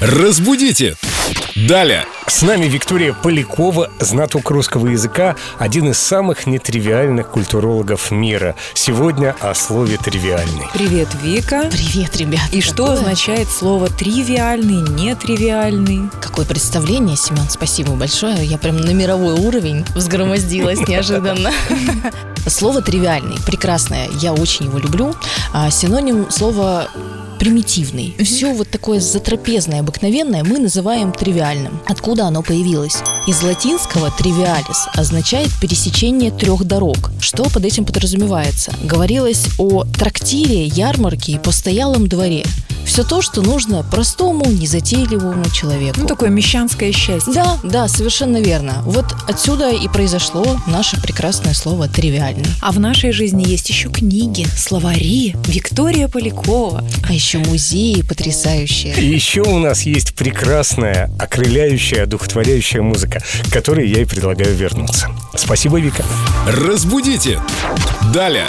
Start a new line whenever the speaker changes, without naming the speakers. Разбудите! Далее!
С нами Виктория Полякова, знаток русского языка, один из самых нетривиальных культурологов мира. Сегодня о слове «тривиальный».
Привет, Вика.
Привет, ребят.
И что
Какое-
означает слово тривиальный, нетривиальный?
Какое представление, Семен, спасибо большое. Я прям на мировой уровень взгромоздилась неожиданно. Слово «тривиальный» прекрасное, я очень его люблю. А, Синоним слова примитивный. Все вот такое затрапезное, обыкновенное мы называем тривиальным. Откуда оно появилось? Из латинского «тривиалис» означает пересечение трех дорог. Что под этим подразумевается? Говорилось о трактире, ярмарке и постоялом дворе. Все то, что нужно простому, незатейливому человеку.
Ну, такое мещанское счастье.
Да, да, совершенно верно. Вот отсюда и произошло наше прекрасное слово «тривиальный».
А в нашей жизни есть еще книги, словари. Виктория Полякова.
А еще музеи потрясающие.
И еще у нас есть прекрасная, окрыляющая, одухотворяющая музыка, к которой я и предлагаю вернуться. Спасибо, Вика.
Разбудите! Далее!